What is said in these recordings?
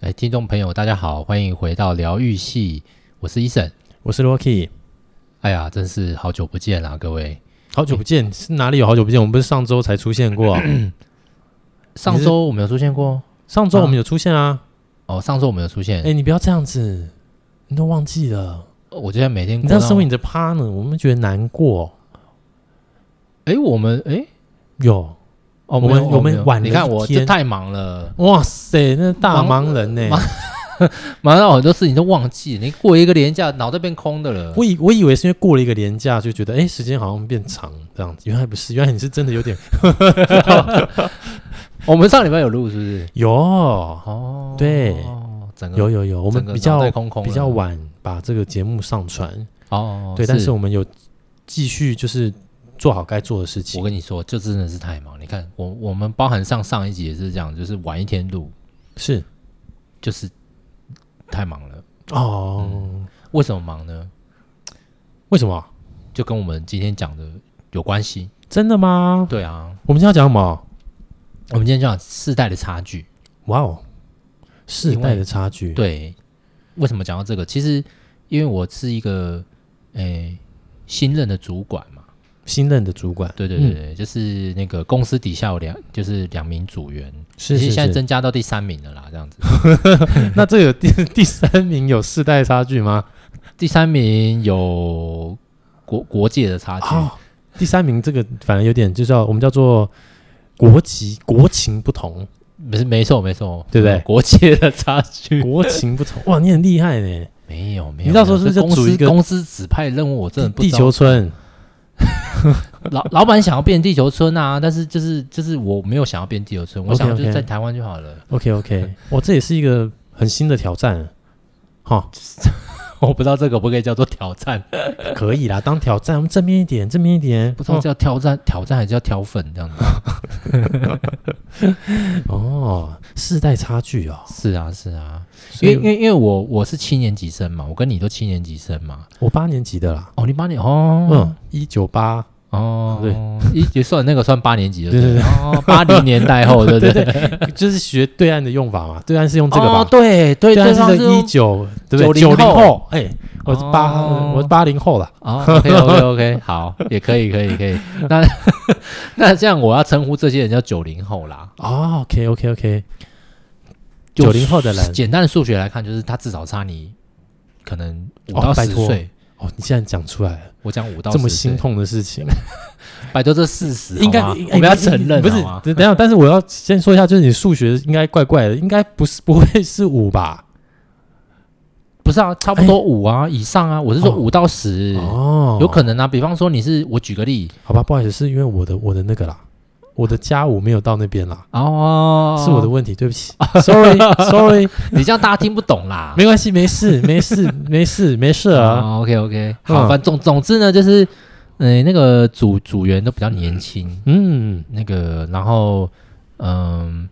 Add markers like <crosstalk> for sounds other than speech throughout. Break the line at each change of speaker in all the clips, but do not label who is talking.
哎，听众朋友，大家好，欢迎回到疗愈系，我是医生。
我是 Rocky，
哎呀，真是好久不见啦，各位。
好久不
哎
见，是哪里有好久不见？我们不是上周才出现过
<coughs>
啊、
上周我们有出现过
上周我们有出现啊。
哦，上周我们有出现。
哎、你不要这样子，你都忘记了，
我觉得每天
你这样
过到
身为你的 partner，我们觉得难过。
哎，我们哎，
有，
哦
我们
没有哦
我们
没有
晚了
你看
一
我这
天
太忙了，
哇塞，那大
忙
忙人呢、
忙忙到很多事情都忘记，你过一个年假，脑袋变空的了。
我以我以为是因为过了一个年假，就觉得哎、时间好像变长这样子，原来不是，原来你是真的有点
<laughs> 哦我们上礼拜有录是不是？ <laughs>
有
哦，
对
哦，整个
有有有，我
整
们
个
比
脑袋
较
空空
比
了
较晚把这个节目上传，
哦哦，
对，但是我们有继续就是做好该做的事
我
情。
跟你说，这真的是太忙。你看，我我们包含上上一集也是这样，就是晚一天录，
是
就是太忙了。
哦，
为什么忙呢？
为什么？
就跟我们今天讲的有关系。
真的吗？
对啊，
我们今天要讲什么？
我们今天讲世代的差距。
哇哦，世
因
代
为
的差距。，
对，为什么讲到这个？其实因为我是一个诶、新任的主管嘛，
新任的主管。嗯
对对对，对，就是那个公司底下有两，就是两名组员，
是
其
是
实现在
是。
增加到第三名了啦，这样子。
那这个第第三名有世代差
<laughs>
距吗？
第三名有国国界的差距，
哦，第三名这个反而有点就叫我们叫做国籍国情
<laughs>
不同，
没是没错没错，
对不对
国界的差距
国情不同。哇，你很厉害呢。
没有没有，
你到时候是不是
没有
就
公
组
司
一个
公司指派任务，我真的不
地
知
地
道
球村
老老板想要变地球村啊，但是就是就是我没有想要变地球村，我
OK，
想要就是在
OK
台湾就好了。 <laughs>
，OK <laughs> OK，哇，哦这也是一个很新的挑战。哈，
我不知道这个可不可以叫做挑战， <laughs>
可以啦，当挑战，我们正面一点，正面一点。
不知道叫挑战挑战还是叫挑粉这样子。 <laughs>
哦，世代差距哦，
是啊是啊，因
所
为
以
因为因为我我是七年级生嘛，我跟你都七年级生嘛。
我八年级的啦。
哦，你八年哦，
嗯，一九八，
哦，
对，
一也算那个算八年级的，
对对
对哦，八零年代后，对不
<laughs>
对？
就是学对岸的用法嘛，对岸是用这个
哦
吧？
对对，
对岸啊
方
是
是
这一
用
九，对不对？
90
九零
后
后，哎，我是八，
哦
我是八零后啦。
哦，OK OK OK，好，也可以可以可以。那 <laughs> 那这样我要称呼这些人叫九零后啦。
哦，OK OK OK，
就
90后的人
简单的数学来看，就是他至少差你可能五
哦
到
拜
十
托
岁。
哦，你竟然讲出来了，
我讲五到
这么
10岁
心，痛的事情，
拜托这事实
应该
好吗
应
我们要
哎
承认
不是
好吗？
等等一下，但是我要先说一下，就是你数学应该怪怪的，应该不是不会是五吧？
不是啊，差不多五啊以上啊，我是说
哎哦
五到十，
哦，
有可能啊。比方说你是我举个例
好吧，不好意思，是因为我的我的那个啦，我的加五没有到那边啦，
哦，
是我的，问题，对不 <laughs> 起，sorry sorry，
你这样大家听不懂啦。
哦 <laughs> 没关系，没事，没事，没事，没事啊。
哦，OK OK，好，
嗯
反总总之呢，就是，呃，那个组组员都比较年轻，
嗯，
那个，然后，嗯，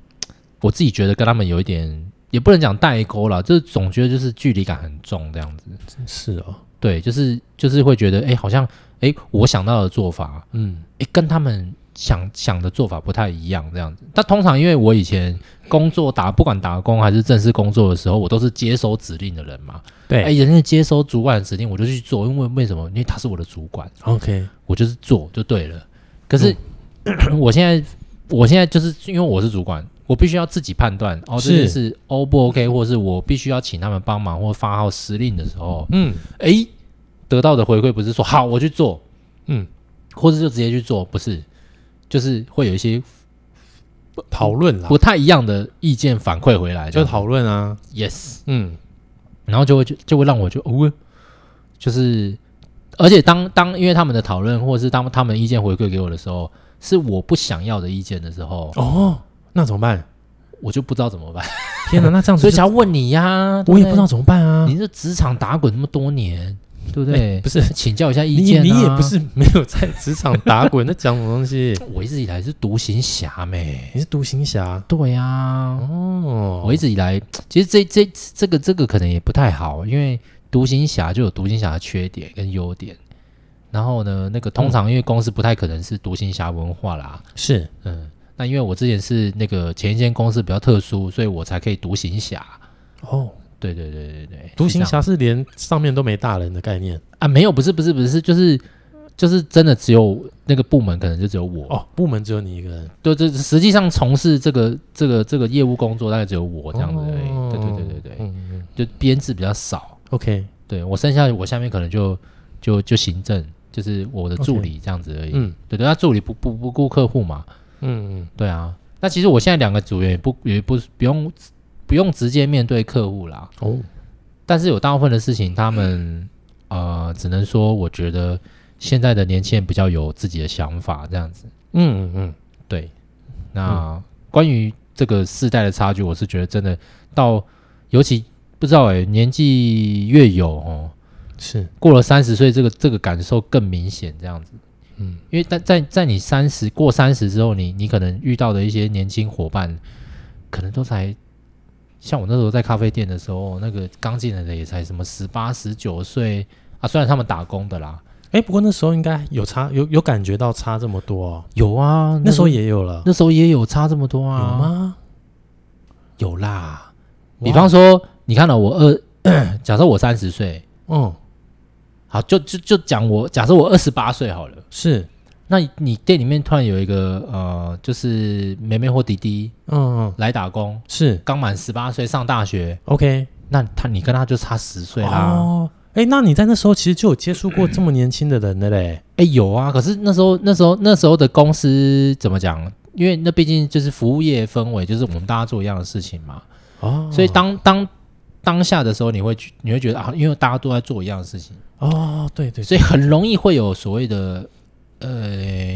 我自己觉得跟他们有一点，也不能讲代沟啦，就是总觉得就是距离感很重这样子。
是哦，
对，就是就是会觉得，哎，好像，哎，我想到的做法，
嗯，
哎，跟他们想想的做法不太一样这样子。但通常因为我以前工作打，不管打工还是正式工作的时候，我都是接收指令的人嘛，
对、
哎、人家接收主管的指令，我就去做，因为为什么？因为他是我的主管，
o k
我就是做就对了。可是、
嗯
<clears throat> 我现在，我现在就是因为我是主管，我必须要自己判断哦，这
是
件事 O 不 OK，或是我必须要请他们帮忙或发号施令的时候，
嗯
哎、得到的回馈不是说好我去做，
嗯，
或者就直接去做，不是，就是会有一些
讨论啦
不，太一样的意见反馈回来，
就
就
讨论啊，
yes。
嗯，
然后就会就就会让我就哦，就是，而且当当因为他们的讨论或者是当他们意见回馈给我的时候，是我不想要的意见的时候，
哦，那怎么办？
我就不知道怎么
<laughs>
办，
天哪，那这样
所
子
以
就，
才要问你呀、对
我也
对
不知道，怎么办啊。
你这职场打滚那么多年，对不对？
哎不是
请教一下意
你
见、啊
你也不，是没有在职场打滚，在讲什么东西？ <laughs>
我一直以来是独行侠没？
你是独行侠
对呀、啊，
哦，
我一直以来其实这这这个这个可能也不太好，因为独行侠就有独行侠的缺点跟优点。然后呢，那个通常因为公司不太可能是独行侠文化啦，
是
嗯，那因为我之前是那个前一间公司比较特殊，所以我才可以独行侠。
哦，
对对对对对，
独
是这
行
样
侠是连上面都没大人的概念
啊，没有，不是不是不是，就是就是真的只有那个部门可能就只有我，
哦，部门只有你一个人，
对，这实际上从事这个这个这个业务工作大概只有我这样子而已，
哦
对对对对对，
嗯嗯嗯
就编制比较少，
，OK，
对我剩下我下面可能就就就行政，就是我的助理这样子而已，
嗯
对对，他助理不不不顾客户嘛，
嗯嗯，
对啊，那其实我现在两个组员也不也不不用不用直接面对客户啦，
哦，
但是有大部分的事情，他们呃，只能说我觉得现在的年轻人比较有自己的想法，这样子。
嗯嗯嗯，
对，那、关于这个世代的差距，我是觉得真的到，尤其不知道诶、年纪越有哦，
是，
过了三十岁，这个这个感受更明显，这样子。
嗯，
因为在在在你三十过三十之后，你你可能遇到的一些年轻伙伴，可能都才像我那时候在咖啡店的时候，哦那个刚进来的也才什么十八十九岁啊，虽然他们打工的啦，
哎，不过那时候应该有差，有有感觉到差这么多哦，
有啊，
那时候也有了，
那时候也有差这么多
有
啊，？
吗？
有啦，
哇
比方，说你看到、啊我二， <coughs> 假设我三十岁，
嗯，
好，就就就讲我假设我二十八岁好了，
是，
那你你店里面突然有一个呃，就是妹妹或弟弟
嗯嗯
来打工。
是
刚满十八岁上大学，
，OK，
那他你跟他就差十岁啦。哎、
哦，哎，那你在那时候其实就有接触过这么年轻的人的嘞，
有啊，可是那时候那时候那时候的公司怎么讲？因为那毕竟就是服务业氛围，就是我们大家做一样的事情嘛。
哦，
所以当当当下的时候，你会去你会觉得啊，因为大家都在做一样的事情，
哦，对对，
所以很容易会有所谓的呃，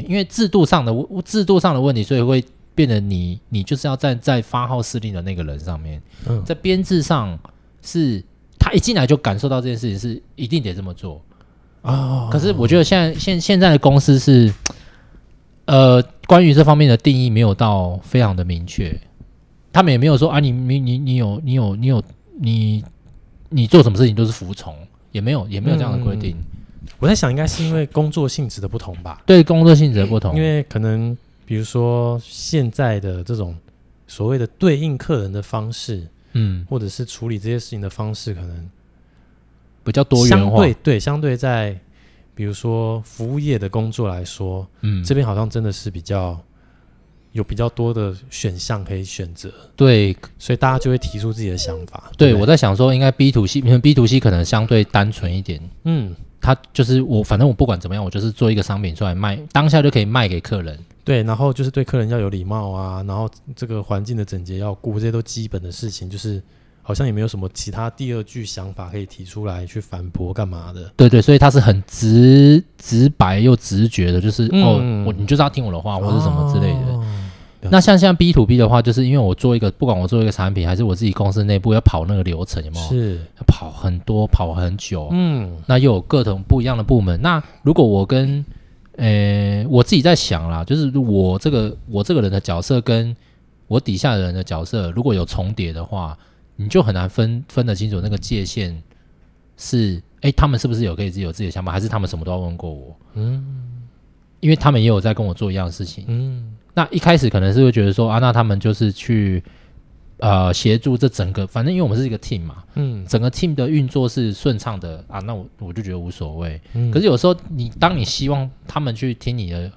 因为制度上的问制度上的问题，所以会变得你你就是要站在发号施令的那个人上面，
嗯
在编制上是他一进来就感受到这件事情是一定得这么做。
哦，
可是我觉得现在现现在的公司是，呃，关于这方面的定义没有到非常的明确，他们也没有说啊，你你你你有你有你有你你做什么事情都是服从，也没有也没有这样的规
嗯
定，
我在想，应该是因为工作性质的不同吧，
对工作性质的不同
因，为可能比如说现在的这种所谓的对应客人的方式，
嗯，
或者是处理这些事情的方式，可能
比较多元
相
化
对，对相对在比如说服务业的工作来说，
嗯，
这边好像真的是比较有比较多的选项可以选择，
对
所以大家就会提出自己的想法。
对，
不
我在想说应该 B to C，因为 B to C 可能相对单纯一点。
嗯，
它就是我，反正我不管怎么样，我就是做一个商品出来卖，当下就可以卖给客人。
对，然后就是对客人要有礼貌啊，然后这个环境的整洁要顾，这些都基本的事情，就是好像也没有什么其他第二句想法可以提出来去反驳干嘛的。
对对，所以他是很直直白又直觉的，就是、
嗯
哦，我你就是要听我的话，或是什么之类的。
哦了解
那像像 B to B 的话，就是因为我做一个，不管我做一个产品，还是我自己公司内部要跑那个流程，有没有？
是，
要跑很多，跑很久。
嗯，
那又有各种不一样的部门。那如果我跟呃我自己在想啦，就是我这个我这个人的角色跟我底下的人的角色如果有重叠的话，你就很难分分得清楚那个界限是哎、诶他们是不是有可以自己有自己的想法，还是他们什么都要问过我？
嗯
因为他们也有在跟我做一样的事情。
嗯，
那一开始可能是会觉得说啊，那他们就是去呃协助这整个，反正因为我们是一个 team 嘛，
嗯
整个 team 的运作是顺畅的啊，那我我就觉得无所谓。
嗯
可是有时候你当你希望他们去听你的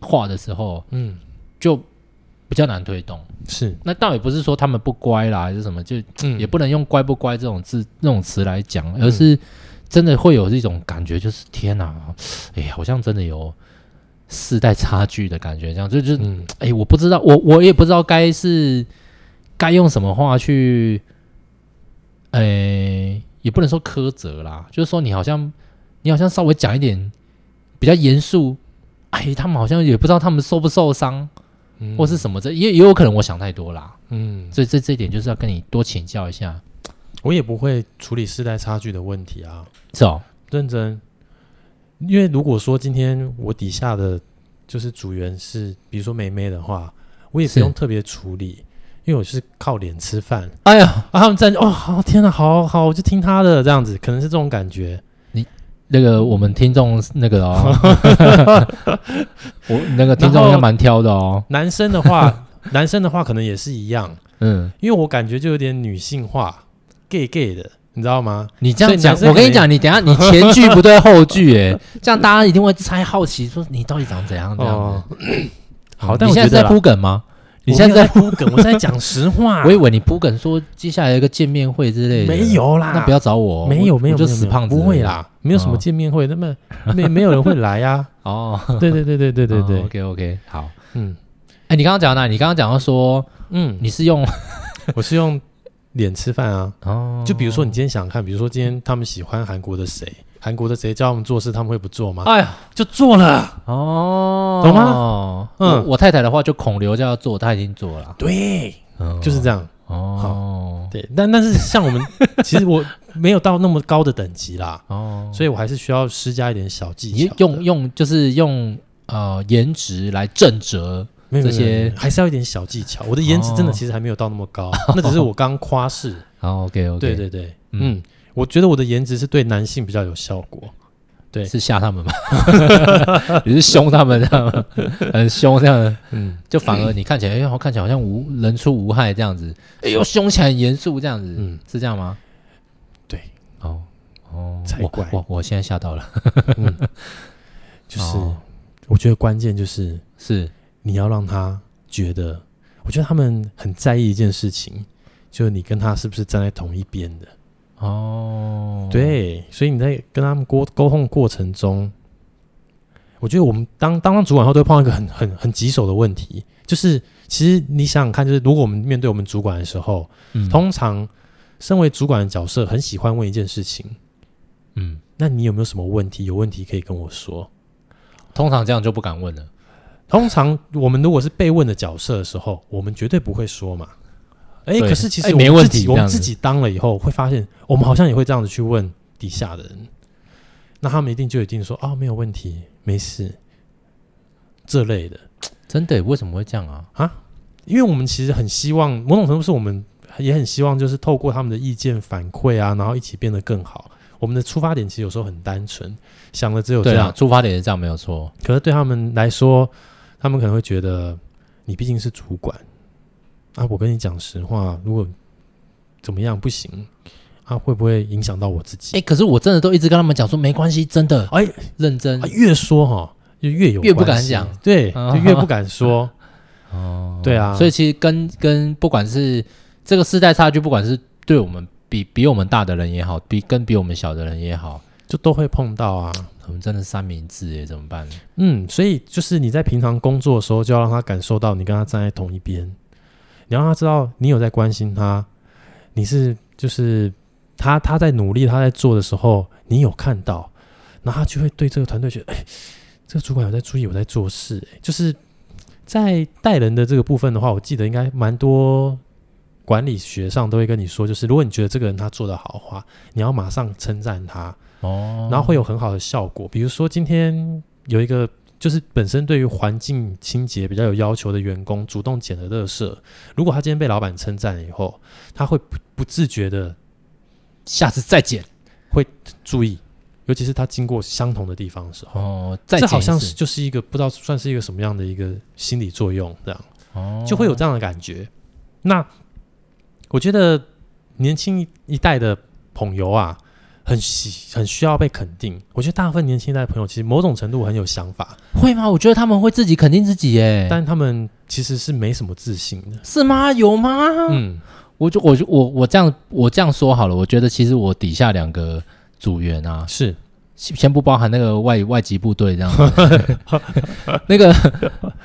话的时候，
嗯
就比较难推动。
是，
那倒也不是说他们不乖啦，还是什么，就
嗯
也不能用乖不乖这种字那种词来讲，而是真的会有一种感觉，就是天哪、哎、好像真的有世代差距的感觉，这样就就
嗯
哎、我不知道，我我也不知道该是该用什么话去，哎、也不能说苛责啦，就是说你好像你好像稍微讲一点比较严肃，哎、他们好像也不知道他们受不受伤、
嗯
或是什么这，也也有可能我想太多啦，
嗯，
所以这这一点就是要跟你多请教一下，
我也不会处理世代差距的问题啊，
是哦，
认真。因为如果说今天我底下的就是组员是，比如说梅梅的话，我也不
是
用特别处理，因为我是靠脸吃饭
哎呀，
啊。他们在哦，好天哪，好好，我就听他的这样子，可能是这种感觉。
那个我们听众那个
<laughs>
哦，我那个听众应该蛮挑的哦，
<laughs> 男生的话，男生的话可能也是一样，
嗯，
因为我感觉就有点女性化，gay gay 的，你知道吗？
你这样
所以
讲
男，生
我跟你
可能
讲，你等一下你前句不对后句，哎，这样大家一定会猜好奇说你到底长怎样这样子
哦。，好，但
你
我
现
觉
在是
得
在
啦
铺梗吗？你
我
现
没有
在
在铺梗，我是在讲实
<laughs>
话。
我以为你铺梗说接下来有一个见面会之类的，
没，有啦，
那不要找我哦，
没有没有
我就
没有
死
没有
胖子，
不会，啦，没有什么
哦
见面会，那么没没有人会来呀。
<laughs> 哦，
对对对对 <laughs> 对
<laughs>
对对，
，OK OK，好，
嗯
哎，你刚刚讲哪？你刚刚讲到说
嗯，
你是用
我是用脸吃饭啊。
<laughs> 哦，
就比如说你今天想看，比如说今天他们喜欢韩国的谁，韩国的谁叫他们做事，他们会不做吗？
哎呀，
就做了。
哦，
懂
吗？
嗯
嗯，我太太的话就孔刘就要做，她已经做了，
对，
嗯
就是这样。
哦，
对，但但是像我们，其实我没有到那么高的等级啦，
哦，
所以我还是需要施加一点小技
你
巧的。
用用就是用呃颜值来正折，
没有
这
没有没有
些
没有还是要一点小技巧。我的颜值真的
哦
其实还没有到那么高， <laughs> 那只是我刚夸 <laughs> 饰。
好，OK OK，
对对对，
嗯
嗯，我觉得我的颜值是对男性比较有效果。对
是吓他们 <laughs> 吗？你是凶他们这样 <laughs> 吗？很凶这样的，
嗯，
就反而你看起来，哎、好看起来好像无人畜无害这样子，哎呦，凶起来很严肃这样子，
嗯
是这样吗？
对，
哦哦，
才
我
怪
我我现在吓到了，
嗯 <laughs> 就是、
哦
我觉得关键就是
是
你要让他觉得，我觉得他们很在意一件事情，就是你跟他是不是站在同一边的。
哦，，
对，所以你在跟他们沟沟通过程中，我觉得我们当当上主管后，都会碰到一个很很很棘手的问题，就是其实你想想看，就是如果我们面对我们主管的时候，
嗯
通常身为主管的角色很喜欢问一件事情，
嗯，
那你有没有什么问题？有问题可以跟我说。
通常这样就不敢问了，
通常我们如果是被问的角色的时候，我们绝对不会说嘛。哎，
对
可是其实
哎
我们
没问
自己
题
我
这样
们
子
自己当了以后，会发现我们好像也会这样子去问底下的人，那他们一定就一定说哦，没有问题，没事这类的，
真的耶？为什么会这样啊？
因为我们其实很希望，某种程度是我们也很希望，就是透过他们的意见反馈啊，然后一起变得更好。我们的出发点其实有时候很单纯，想的只有这
对啊，
样，
出发点是这样没有错，
可是对他们来说，他们可能会觉得你毕竟是主管啊，我跟你讲实话，如果怎么样不行啊，会不会影响到我自己
哎、？可是我真的都一直跟他们讲说没关系，真的
哎、
认真
啊，越说哈就越有
越不
关
敢
系
讲，
对，
哦
就越不敢
<laughs>
说。
哦，
对啊
所以其实跟跟不管是这个世代差距，不管是对我们比比我们大的人也好，比跟比我们小的人也好，
就都会碰到啊，
我们真的三明治耶，怎么办？
嗯，所以就是你在平常工作的时候，就要让他感受到你跟他站在同一边，你要让他知道你有在关心他，你是就是他他在努力他在做的时候，你有看到，然后他就会对这个团队觉得，哎、这个主管有在注意我在做事、哎就是在带人的这个部分的话，我记得应该蛮多。管理学上都会跟你说，就是如果你觉得这个人他做得好的话，你要马上称赞他，
哦，
然后会有很好的效果。比如说今天有一个就是本身对于环境清洁比较有要求的员工，主动捡了垃圾，如果他今天被老板称赞了以后，他会不不自觉的
下次再剪
注意，尤其是他经过相同的地方的时候。
哦，再
这
剪
好像
一
是
次
就是一个不知道算是一个什么样的一个心理作用，这样
哦，
就会有这样的感觉。那我觉得年轻一代的朋友啊，很喜很需要被肯定。我觉得大部分年轻一代的朋友其实某种程度很有想法，
会吗？我觉得他们会自己肯定自己耶，
但他们其实是没什么自信的。
是吗？有吗？
嗯，
我就我就我我这样我这样说好了，我觉得其实我底下两个组员啊，
是
先先不包含那个外外籍部队这样子， <laughs> 那个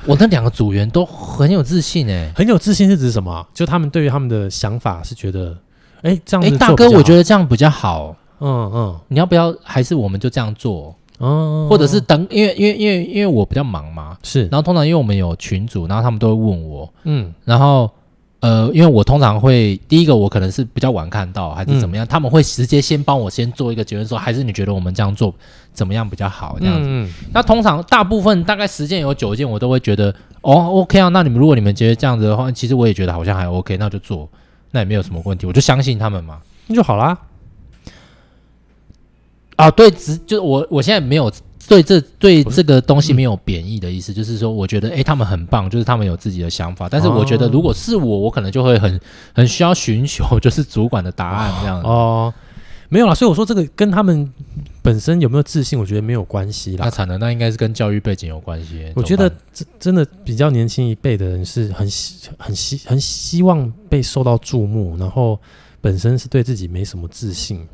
我那两个组员都很有自信哎、
很有自信是指什么啊？就他们对于他们的想法是觉得，哎、这样
哎、
子做比较
大
好、
哥，我觉得这样比较好，
嗯，嗯
你要不要？还是我们就这样做，
嗯嗯，
或者是等，因为因为因为因为我比较忙嘛，
是，
然后通常因为我们有群组，然后他们都会问我，
嗯
然后呃，因为我通常会第一个我可能是比较晚看到还是怎么样，他们会直接先帮我先做一个结论说，还是你觉得我们这样做怎么样比较好这样子。
嗯
那通常大部分大概十件有九件，我都会觉得哦，OK 啊，那你们如果你们觉得这样子的话，其实我也觉得好像还 OK，那就做，那也没有什么问题，我就相信他们嘛。
那就好啦。
啊，对，只就是我我现在没有对这对
不是嗯
这个东西没有贬义的意思，就是说，我觉得诶，他们很棒，就是他们有自己的想法。但是我觉得，
哦
如果是我，我可能就会很很需要寻求就是主管的答案这样子。
哦，没有啦，所以我说这个跟他们本身有没有自信，我觉得没有关系啦
那。惨了，那应该是跟教育背景有关系。
我
怎
觉
么办
得真真的比较年轻一辈的人是很希很希很希望被受到注目，然后本身是对自己没什么自信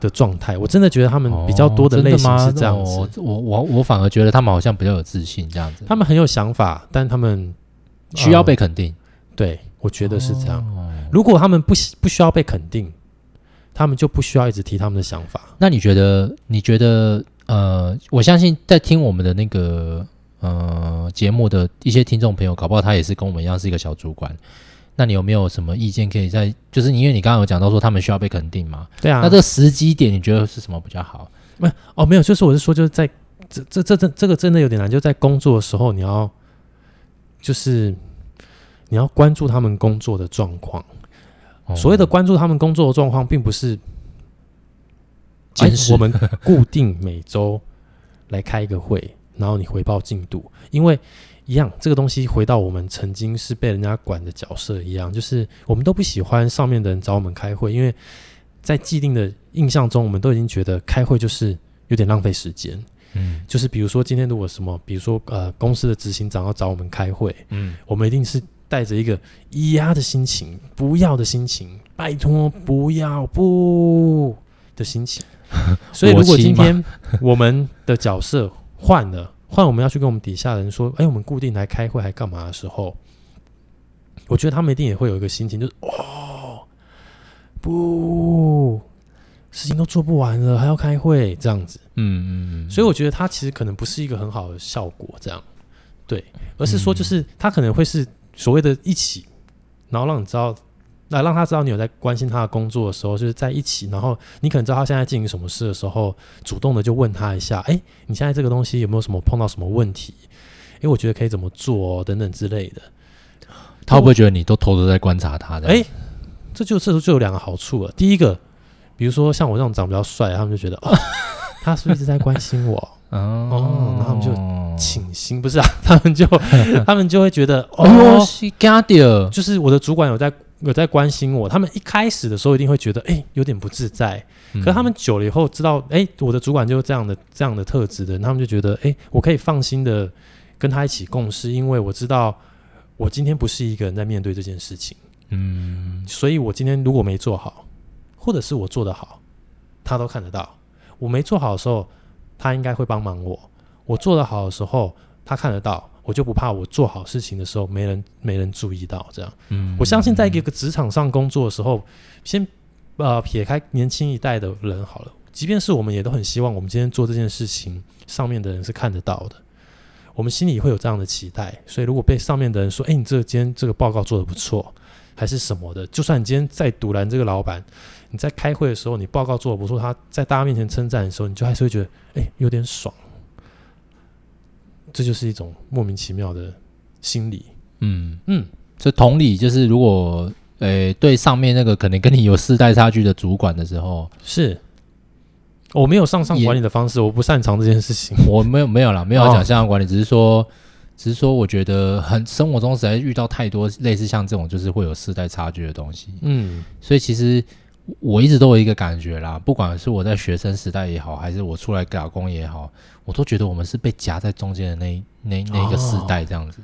的状态。我真的觉得他们比较多
哦真
类型
吗
是这样子，
哦我我我反而觉得他们好像比较有自信这样子，
他们很有想法，但他们
需要被肯定，
对我觉得是这样。
哦
如果他们不喜不需要被肯定，他们就不需要一直提他们的想法。
那你觉得？你觉得？呃，我相信在听我们的那个呃节目的一些听众朋友，搞不好他也是跟我们一样是一个小主管。那你有没有什么意见可以在？就是因为你刚刚有讲到说他们需要被肯定嘛，
对啊，
那这个时机点你觉得是什么比较好？
没哦，没有，就是我是说，就是在这这这这这个真的有点难，就在工作的时候，你要就是你要关注他们工作的状况。
哦
所谓的关注他们工作的状况，并不是
监
哎
视
我们固定每周来开一个会，然后你回报进度，因为。一样，这个东西回到我们曾经是被人家管的角色一样，就是我们都不喜欢上面的人找我们开会，因为在既定的印象中，我们都已经觉得开会就是有点浪费时间。
嗯
就是比如说今天如果什么，比如说呃公司的执行长要找我们开会，
嗯，
我们一定是带着一个咿呀的心情，不要的心情，拜托不要不的心情。所以如果今天我们的角色换了，换我们要去跟我们底下的人说，哎，我们固定来开会还干嘛的时候，我觉得他们一定也会有一个心情，就是哦，不，事情都做不完了，还要开会这样子。
嗯嗯嗯，
所以我觉得它其实可能不是一个很好的效果，这样，对，而是说就是它可能会是所谓的一起，然后让你知道，来让他知道你有在关心他的工作的时候，就是在一起，然后你可能知道他现在进行什么事的时候，主动的就问他一下，哎，你现在这个东西有没有什么碰到什么问题？哎，我觉得可以怎么做、哦、等等之类的，
他会不会觉得你都偷偷在观察他的？
哎，这就这时候就有两个好处了，第一个，比如说像我这种长得比较帅，他们就觉得哦，他是不是一直在关心我？
哦
然后他们就
就
倾心不是啊， <laughs> 他们就
<laughs>
他们就会觉得
哦，
哦，
是假的，
就是我的主管有在有在关心我，他们一开始的时候一定会觉得哎、有点不自在，
可
可是他们久了以后知道哎、我的主管就是这样的这样的特质的人，他们就觉得哎、我可以放心的跟他一起共事，因为我知道我今天不是一个人在面对这件事情，
嗯
所以我今天如果没做好，或者是我做得好，他都看得到。我没做好的时候，他应该会帮忙我；我做得好的时候，他看得到，我就不怕我做好事情的时候没人没人注意到。这样，
嗯
我相信在一个职场上工作的时候，先呃撇开年轻一代的人好了，即便是我们也都很希望我们今天做这件事情，上面的人是看得到的。我们心里会有这样的期待，所以如果被上面的人说：“哎、你这个今天这个报告做的不错，还是什么的。”就算你今天再堵拦这个老板，你在开会的时候，你报告做的不错，他在大家面前称赞的时候，你就还是会觉得：“哎、有点爽。”这就是一种莫名其妙的心理。
嗯。
嗯，
所以同理，就是如果呃对上面那个可能跟你有世代差距的主管的时
<laughs>
候，
是。我没有上上
也
管理的方式，我不擅长这件事情。
我没有没有啦，没有要
哦
讲相关管理，只是说，只是说，我觉得很生活中实在遇到太多类似像这种就是会有世代差距的东西，
嗯，
所以其实。我一直都有一个感觉啦，不管是我在学生时代也好，还是我出来打工也好，我都觉得我们是被夹在中间的那一那那一
哦
个世代这样子。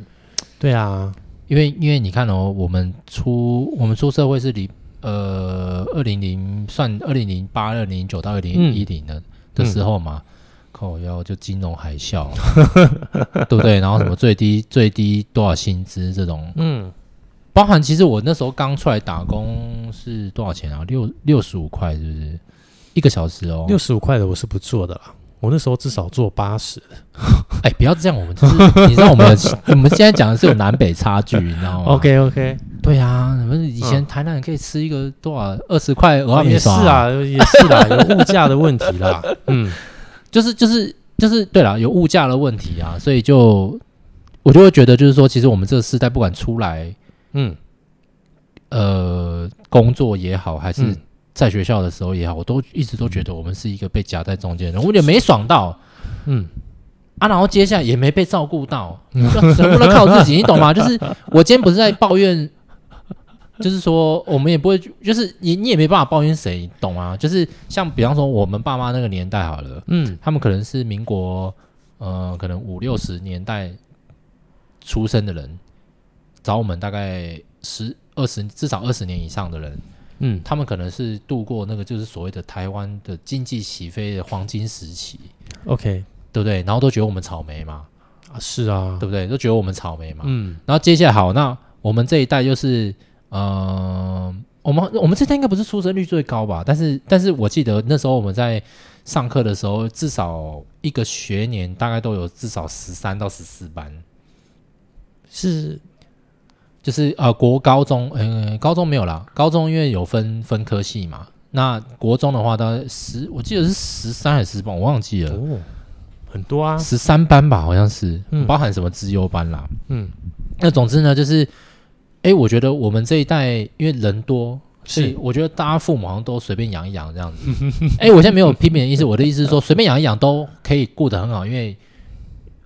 对啊，
因为因为你看哦，我们出我们出社会是离呃二零零算二零零八、二零零九到二零一零
嗯
的的时候嘛，靠腰就金融海啸， <laughs> 对不对？然后什么最低最低多少薪资这种，
嗯，
包含其实我那时候刚出来打工是多少钱啊？六六十五块是不是？一个小时哦，
六十五块的我是不做的啦，我那时候至少做八十。
哎，不要这样，我们就是你知道我们的 <laughs> 我们现在讲的是有南北差距，你知道吗
哦 OK，
对啊，你们以前台南可以吃一个多少二十块鹅阿米
嗯也是
刷、，
啊，也是啦， <laughs> 有物价的问题啦。嗯，
就是就是就是对啦，有物价的问题啊，所以就我就会觉得，就是说，其实我们这个时代不管出来
嗯，
呃工作也好，还是
嗯
在学校的时候也好，我都一直都觉得我们是一个被夹在中间的人，我也没爽到，
嗯，
啊，然后接下来也没被照顾到，就全部都靠自己，你懂吗？就是我今天不是在抱怨，就是说我们也不会，就是你你也没办法抱怨谁，你懂吗？就是像比方说我们爸妈那个年代好了，
嗯，
他们可能是民国呃，可能五六十年代出生的人，找我们大概十二十至少二十年以上的人，
嗯，
他们可能是度过那个就是所谓的台湾的经济起飞的黄金时期，
OK
对不对？然后都觉得我们草莓嘛，
啊，是啊，
对不对？都觉得我们草莓嘛。
嗯
然后接下来好，那我们这一代就是，呃，我们我们这代应该不是出生率最高吧？但是但是我记得那时候我们在上课的时候，至少一个学年大概都有至少十三到十四班，
是
就是呃国高中，嗯、高中没有啦，高中因为有分分科系嘛。那国中的话，大概十，我记得是十三还是十班，我忘记了，
哦，很多啊，
十三班吧，好像是，
嗯
包含什么资优班啦。
嗯，
那总之呢，就是，哎、我觉得我们这一代因为人多，所以
是
我觉得大家父母好像都随便养一养这
<laughs>
样子。哎、我现在没有批评的意思，我的意思是说，随便养一养都可以顾得很好，因为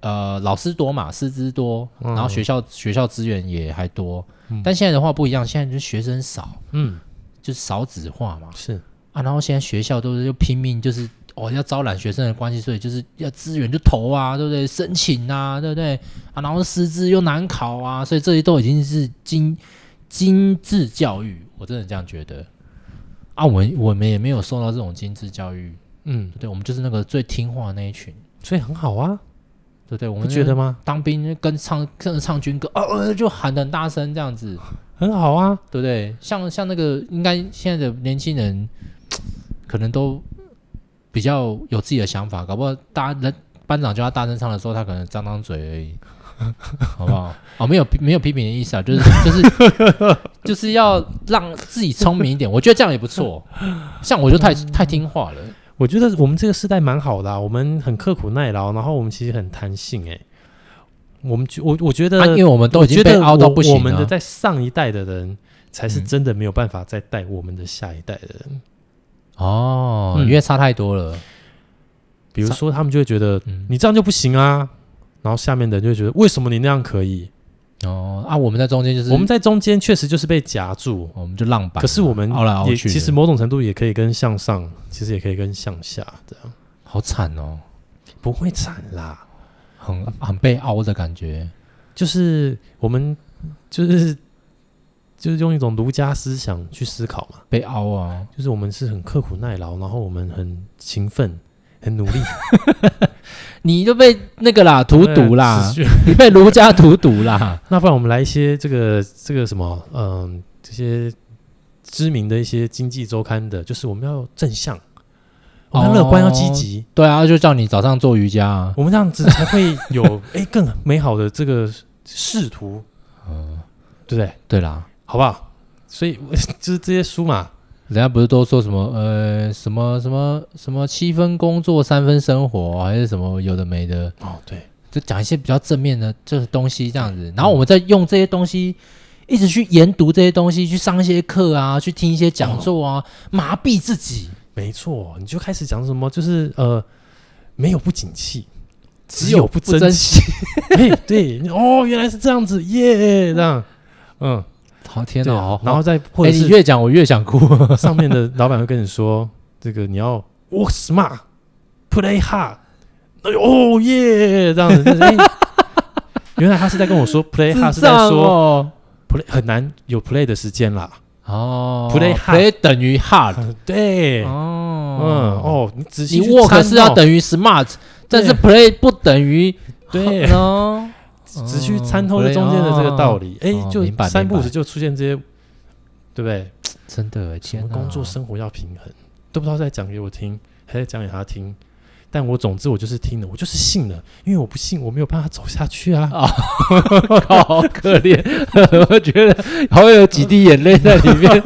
呃，老师多嘛，师资多，
嗯
然后学校、学校资源也还多。
嗯
但现在的话不一样，现在就是学生少，
嗯
就是少子化嘛
是
啊，然后现在学校都是就拼命就是。哦，要招揽学生的关系，所以就是要资源就投啊，对不对？申请啊，对不对？啊，然后师资又难考啊，所以这些都已经是精精致教育，我真的这样觉得。啊，我们我们也没有受到这种精致教育，
嗯
对，不对？我们就是那个最听话的那一群，
所以很好啊，
对不对？我
不
们
觉得吗？
当兵跟唱跟着唱军歌，哦、呃，就喊得很大声这样子，
很好啊，
对不对？像像那个应该现在的年轻人，可能都比较有自己的想法，搞不好大家人班长叫他大声唱的时候，他可能张张嘴而已，好不好？哦，没有批没有批评的意思啊，就是就是就是要让自己聪明一点，我觉得这样也不错。像我就太
嗯
太听话了，
我觉得我们这个时代蛮好的、啊，我们很刻苦耐劳，然后我们其实很弹性、欸，我们觉我我觉得，
啊、因为我们都已经
呃我觉
被
得
凹到不
我
行
我们的
了。
在上一代的人，才是
嗯
真的没有办法再带我们的下一代的人。
哦，
嗯
因为差太多了。
比如
上
说，他们就会觉得
嗯，
你这样就不行啊，然后下面的人就会觉得为什么你那样可以？
哦啊，我们在中间就是
我们在中间确实就是被夹住，
我们就浪板，
可是我们
凹来凹
也
去的，
其实某种程度也可以跟向上，其实也可以跟向下，这样
好惨哦。
不会惨啦。
很很被凹的感觉。
就是我们就是就是用一种儒家思想去思考嘛，
被凹啊，
就是我们是很刻苦耐劳，然后我们很勤奋。很努力，
你就被那个啦，荼毒
持
啦，
续 <laughs>
你被儒家荼毒啦。 <laughs>
那不然我们来一些这个这个什么，嗯，这些知名的一些经济周刊的，就是我们要正向，我们要乐观，
哦
要积极，
对啊，就叫你早上做瑜伽啊。
我们这样子才会有哎、更美好的这个仕途，
嗯，
对不对？
对啦，
好不好？所以 <laughs> 就是这些书嘛，
人家不是都说什么呃什么什么什么七分工作三分生活，还是什么有的没的，
哦，对，
就讲一些比较正面的这东西这样子。然后我们再用这些东西。一直去研读这些东西，去上一些课啊，去听一些讲座啊，麻痹自己。
没错，你就开始讲什么，就是呃，没有不景气，
只
只
有
有
不
不
珍
珍惜。 <laughs> 哎、对，你哦，原来是这样子，耶，这样，嗯，
好天
对
哪！
啊
好
然后再或
哎，
者
你
是
越讲我越想哭。
<laughs> 上面的老板会跟你说，这个你要 work smart，play hard，哎呦哦耶，这样子。就是哎 <laughs> 原哎来他是在跟我说 play hard
智
是在
障
说
哦
play 很难有 play 的时间啦。
哦
Play
play 等于 hard
对，嗯
哦，
哦，你仔细
你
去
work
参
是要
哦
等于 smart，但是 play 不等于
对 <laughs>
哦，
仔细去参透这中间的这个道理，哎
哦，
就
明白
三
明
不
白
五时就出现这些，对不对？
真的哎，
什
天
么
哪
工作生活要平衡，都不知道在讲给我听，还在讲给他听。但我总之我就是听了，我就是信了，因为我不信我没有办法走下去啊。
啊， <laughs> 好可怜， <laughs> 我觉得好像有几滴眼泪在里
<laughs>
面，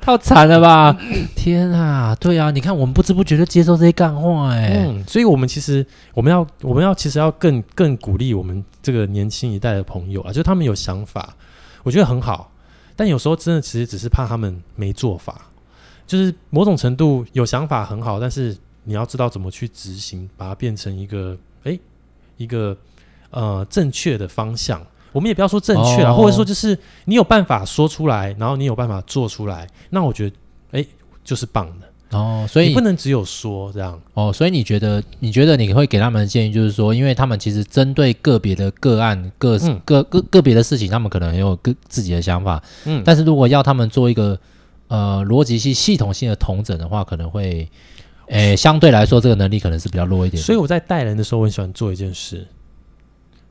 太惨了吧！天啊，对啊，你看我们不知不觉就接受这些干话哎，
嗯，所以我们其实我们要我们要其实要更更鼓励我们这个年轻一代的朋友啊，就是他们有想法，我觉得很好。但有时候真的其实只是怕他们没做法，就是某种程度有想法很好，但是你要知道怎么去执行，把它变成一个诶一个呃正确的方向。我们也不要说正确啊，
哦
或者说就是你有办法说出来，然后你有办法做出来，那我觉得诶就是棒的。
哦，所
你
以
不能只有说这样，
哦，所以你觉得你觉得你会给他们的建议就是说，因为他们其实针对个别的个案、个、
嗯
个个个别的事情，他们可能也有个自己的想法，
嗯，
但是如果要他们做一个呃逻辑性系统性的统整的话，可能会，诶、相对来说这个能力可能是比较弱一点。
所以我在带人的时候，我很喜欢做一件事，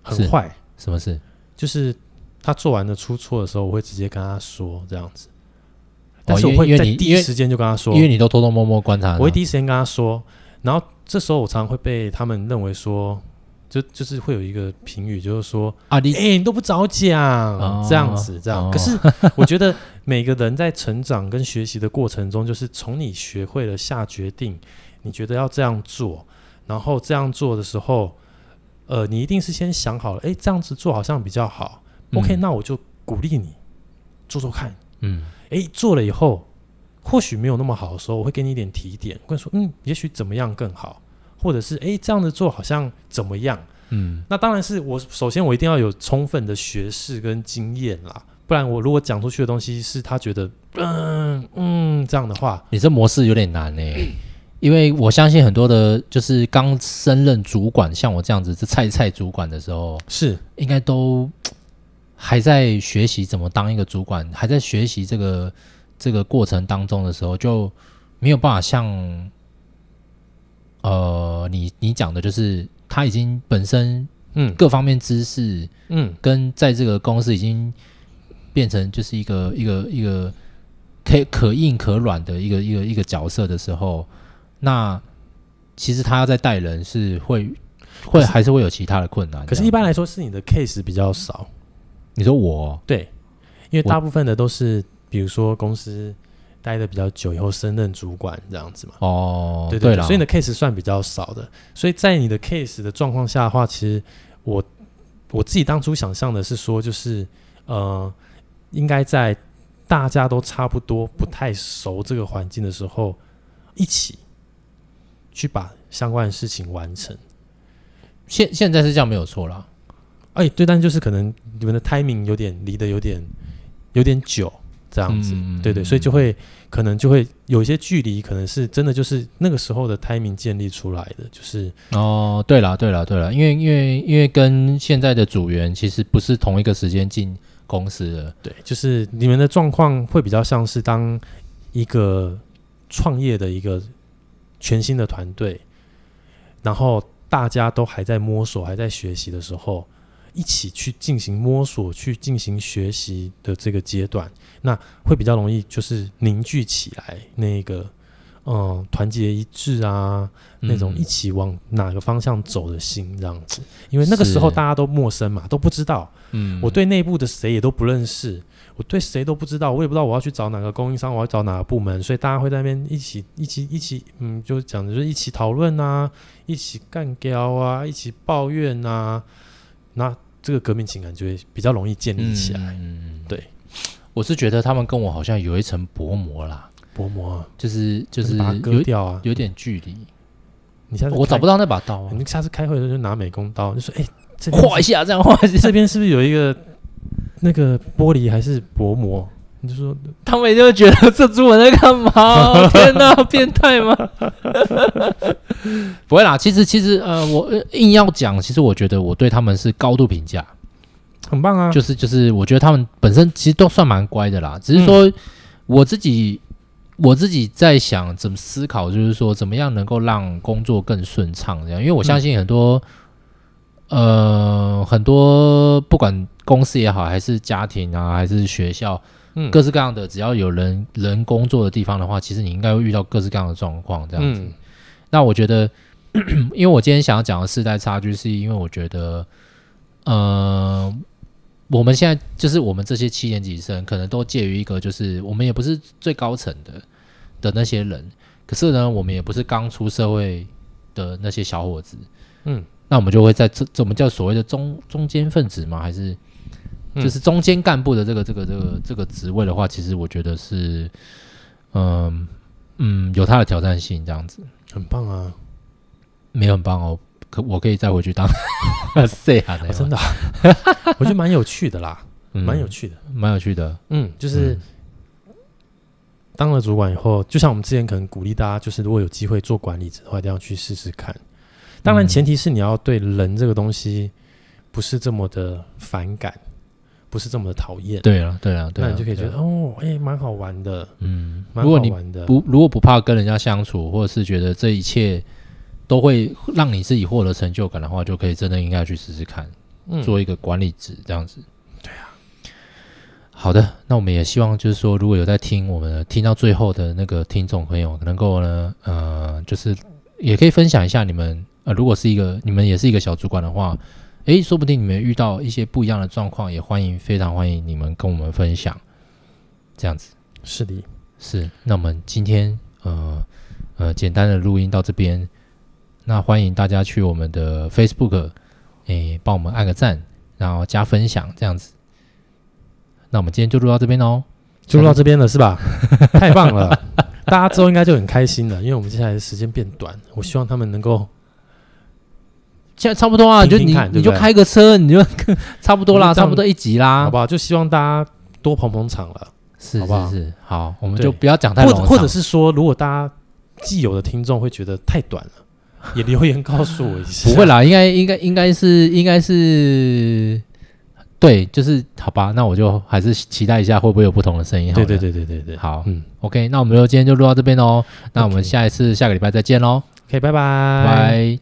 很
是
坏，
什么事？
就是他做完的出错的时候，我会直接跟他说这样子，但
哦，
是
因
我
为因
会
为
在
你
第
因
一
为
时间就跟他说，
因为你都啊偷偷摸摸观察他，
我会第一时间跟他说，然后这时候我常常会被他们认为说，就就是会有一个评语，就是说，
啊，你
哎、你都不早讲，
哦
这样子这样。
哦
可是我觉得每个人在成长跟学习的过程中，就是从你学会了下决定，你觉得要这样做，然后这样做的时候，呃，你一定是先想好了，哎、这样子做好像比较好。OK，
嗯
那我就鼓励你做做看。
嗯
诶，做了以后，或许没有那么好的时候，我会给你一点提点，跟你说，嗯，也许怎么样更好，或者是诶，这样子做好像怎么样？
嗯
那当然是我首先我一定要有充分的学识跟经验啦，不然我如果讲出去的东西是他觉得，嗯嗯这样的话，
你这模式有点难呢、因为我相信很多的，就是刚升任主管，像我这样子是菜菜主管的时候，
是
应该都还在学习怎么当一个主管，还在学习这个这个过程当中的时候，就没有办法像呃，你你讲的就是他已经本身
嗯
各方面知识
嗯
跟在这个公司已经变成就是一个一个一个可可硬可软的一个一个一个角色的时候，那其实他要在带人是会会
可是
还是会有其他的困难。
可是，一般来说是你的 case 比较少，
你说我哦
对，因为
我
大部分的都是，比如说公司待的比较久以后升任主管这样子嘛。
哦，
对
对
对，
啦
所以你的 case 算比较少的。所以在你的 case 的状况下的话，其实我我自己当初想象的是说，就是呃，应该在大家都差不多不太熟这个环境的时候，一起去把相关的事情完成。
现现在是这样没有错啦。
哎，对，但就是可能你们的 timing 有点离得有点有点久，这样子，
嗯
对对，所以就会可能就会有一些距离，可能是真的就是那个时候的 timing 建立出来的，就是
哦，对啦，对啦，对啦，因为因为因为跟现在的组员其实不是同一个时间进公司的，
对，就是你们的状况会比较像是当一个创业的一个全新的团队，然后大家都还在摸索、还在学习的时候，一起去进行摸索、去进行学习的这个阶段，那会比较容易就是凝聚起来那个嗯团结一致啊，那种
嗯
一起往哪个方向走的心这样子，因为那个时候
是
大家都陌生嘛，都不知道。
嗯
我对内部的谁也都不认识，我对谁都不知道，我也不知道我要去找哪个供应商，我要找哪个部门，所以大家会在那边一起、一起、一起，嗯，就讲的就是一起讨论啊，一起干掉啊，一起抱怨啊，那这个革命情感就会比较容易建立起来。
嗯，
对，
我是觉得他们跟我好像有一层薄膜啦，
薄膜啊，
就是就是
把它割
有
掉啊，
有点距离，
你下次
我找不
到、
到那把刀啊，
你下次开会的时候就拿美工刀，就说哎，这边
画一下这样画一下，
这边是不是有一个那个玻璃还是薄膜？你就说
他们也就觉得这猪人在干 <laughs> 嘛？天哪，变态吗？ <laughs> 不会啦，其实其实呃，我呃硬要讲，其实我觉得我对他们是高度评价，
很棒啊，
就是就是，我觉得他们本身其实都算蛮乖的啦，只是说我自己、我自己在想怎么思考，就是说怎么样能够让工作更顺畅这样，因为我相信很多、呃很多不管公司也好，还是家庭啊，还是学校，
嗯
各式各样的，只要有人人工作的地方的话，其实你应该会遇到各式各样的状况这样子。
嗯
那我觉得，因为我今天想要讲的世代差距，是因为我觉得，呃，我们现在就是我们这些七年级生，可能都介于一个就是我们也不是最高层的的那些人，可是呢，我们也不是刚出社会的那些小伙子，
嗯，
那我们就会在这这我们叫所谓的中中间分子吗？还是
嗯
就是中间干部的这个这个这个这个职位的话，其实我觉得是，嗯、嗯有它的挑战性，这样子
很棒啊！
没有很棒哦。可我可以再回去当 <laughs> C 啊，
哦真的啊、
<laughs>
我觉得蛮有趣的啦，
嗯
蛮有趣的。
蛮有趣的。
嗯，就是、当了主管以后，就像我们之前可能鼓励大家，就是如果有机会做管理者的话，一定要去试试看。当然，
嗯
前提是你要对人这个东西不是这么的反感，不是这么的讨厌。
对啊，对啊，对啊，
那你就可以觉
对
得
啊
哦，哎、蛮好玩的，
嗯，
蛮
如
好
果你
玩的。
不如果不怕跟人家相处，或者是觉得这一切都会让你自己获得成就感的话，就可以真的应该去试试看，
嗯
做一个管理职这样子。对啊。好的，那我们也希望就是说，如果有在听我们的听到最后的那个听众朋友，能够呢，呃，就是也可以分享一下你们，呃，如果是一个你们也是一个小主管的话，诶，说不定你们遇到一些不一样的状况，也欢迎非常欢迎你们跟我们分享，这样子。
是的，
<laughs> 是，那我们今天呃呃简单的录音到这边，那欢迎大家去我们的 Facebook，诶、帮我们按个赞，然后加分享这样子。那我们今天就录到这边喽，
就录到这边了是
<laughs>
吧？太棒了，大家之后应该就很开心了，因为我们接下来的时间变短，我希望他们能够
现在差不多啊，你就
听
你
听看
你
对不
就
对
开个车，你就 <laughs> 差不多
我
啦，
们这
差
样
不多一集啦
好不，好？就希望大家多捧捧场了。
是
好不
是
好
是，好，我们
对
就不要讲太
或
冗
者
长，
或者是说，如果大家既有的听众会觉得太短了，也留言告诉我一下。
不会，啦，应该应该应该是应该是。对，就是好吧，那我就还是期待一下会不会有不同的声音好
对
了。
对对对对对，
好，
嗯
OK，那我们就今天就录到这边喽。那我们
OK
下一次下个礼拜再见喽，
，OK，拜拜，
拜。